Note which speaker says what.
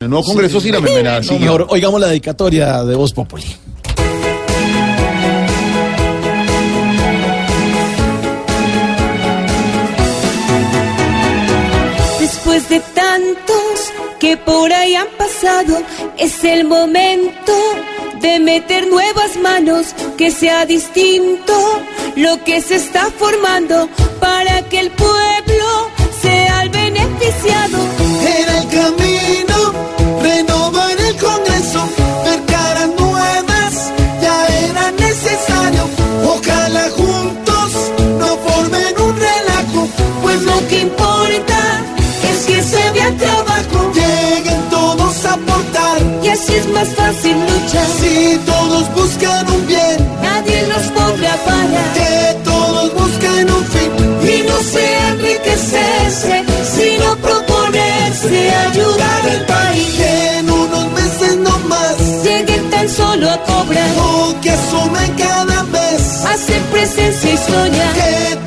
Speaker 1: El nuevo Congreso sí, la mermelada.
Speaker 2: Sí, mejor oigamos la dedicatoria de Voz Populi.
Speaker 3: Después de tantos que por ahí han pasado, es el momento de meter nuevas manos, que sea distinto lo que se está formando para que el pueblo sea el beneficiado.
Speaker 4: Era el camino, renovar el Congreso, ver caras nuevas, ya era necesario. Ojalá juntos no formen un relajo,
Speaker 3: Pues lo que importa es que se vea trabajo
Speaker 4: lleguen todos a aportar.
Speaker 3: y así es más fácil luchar.
Speaker 4: Si todos buscan un bien,
Speaker 3: Nadie los podrá parar
Speaker 4: que todos busquen un fin
Speaker 3: y no sea enriquecerse, sino proponerse ayudar al país.
Speaker 4: Que en unos meses no más,
Speaker 3: Lleguen tan solo a cobrar,
Speaker 4: o que sumen cada mes,
Speaker 3: hacer presencia y soñar.
Speaker 4: que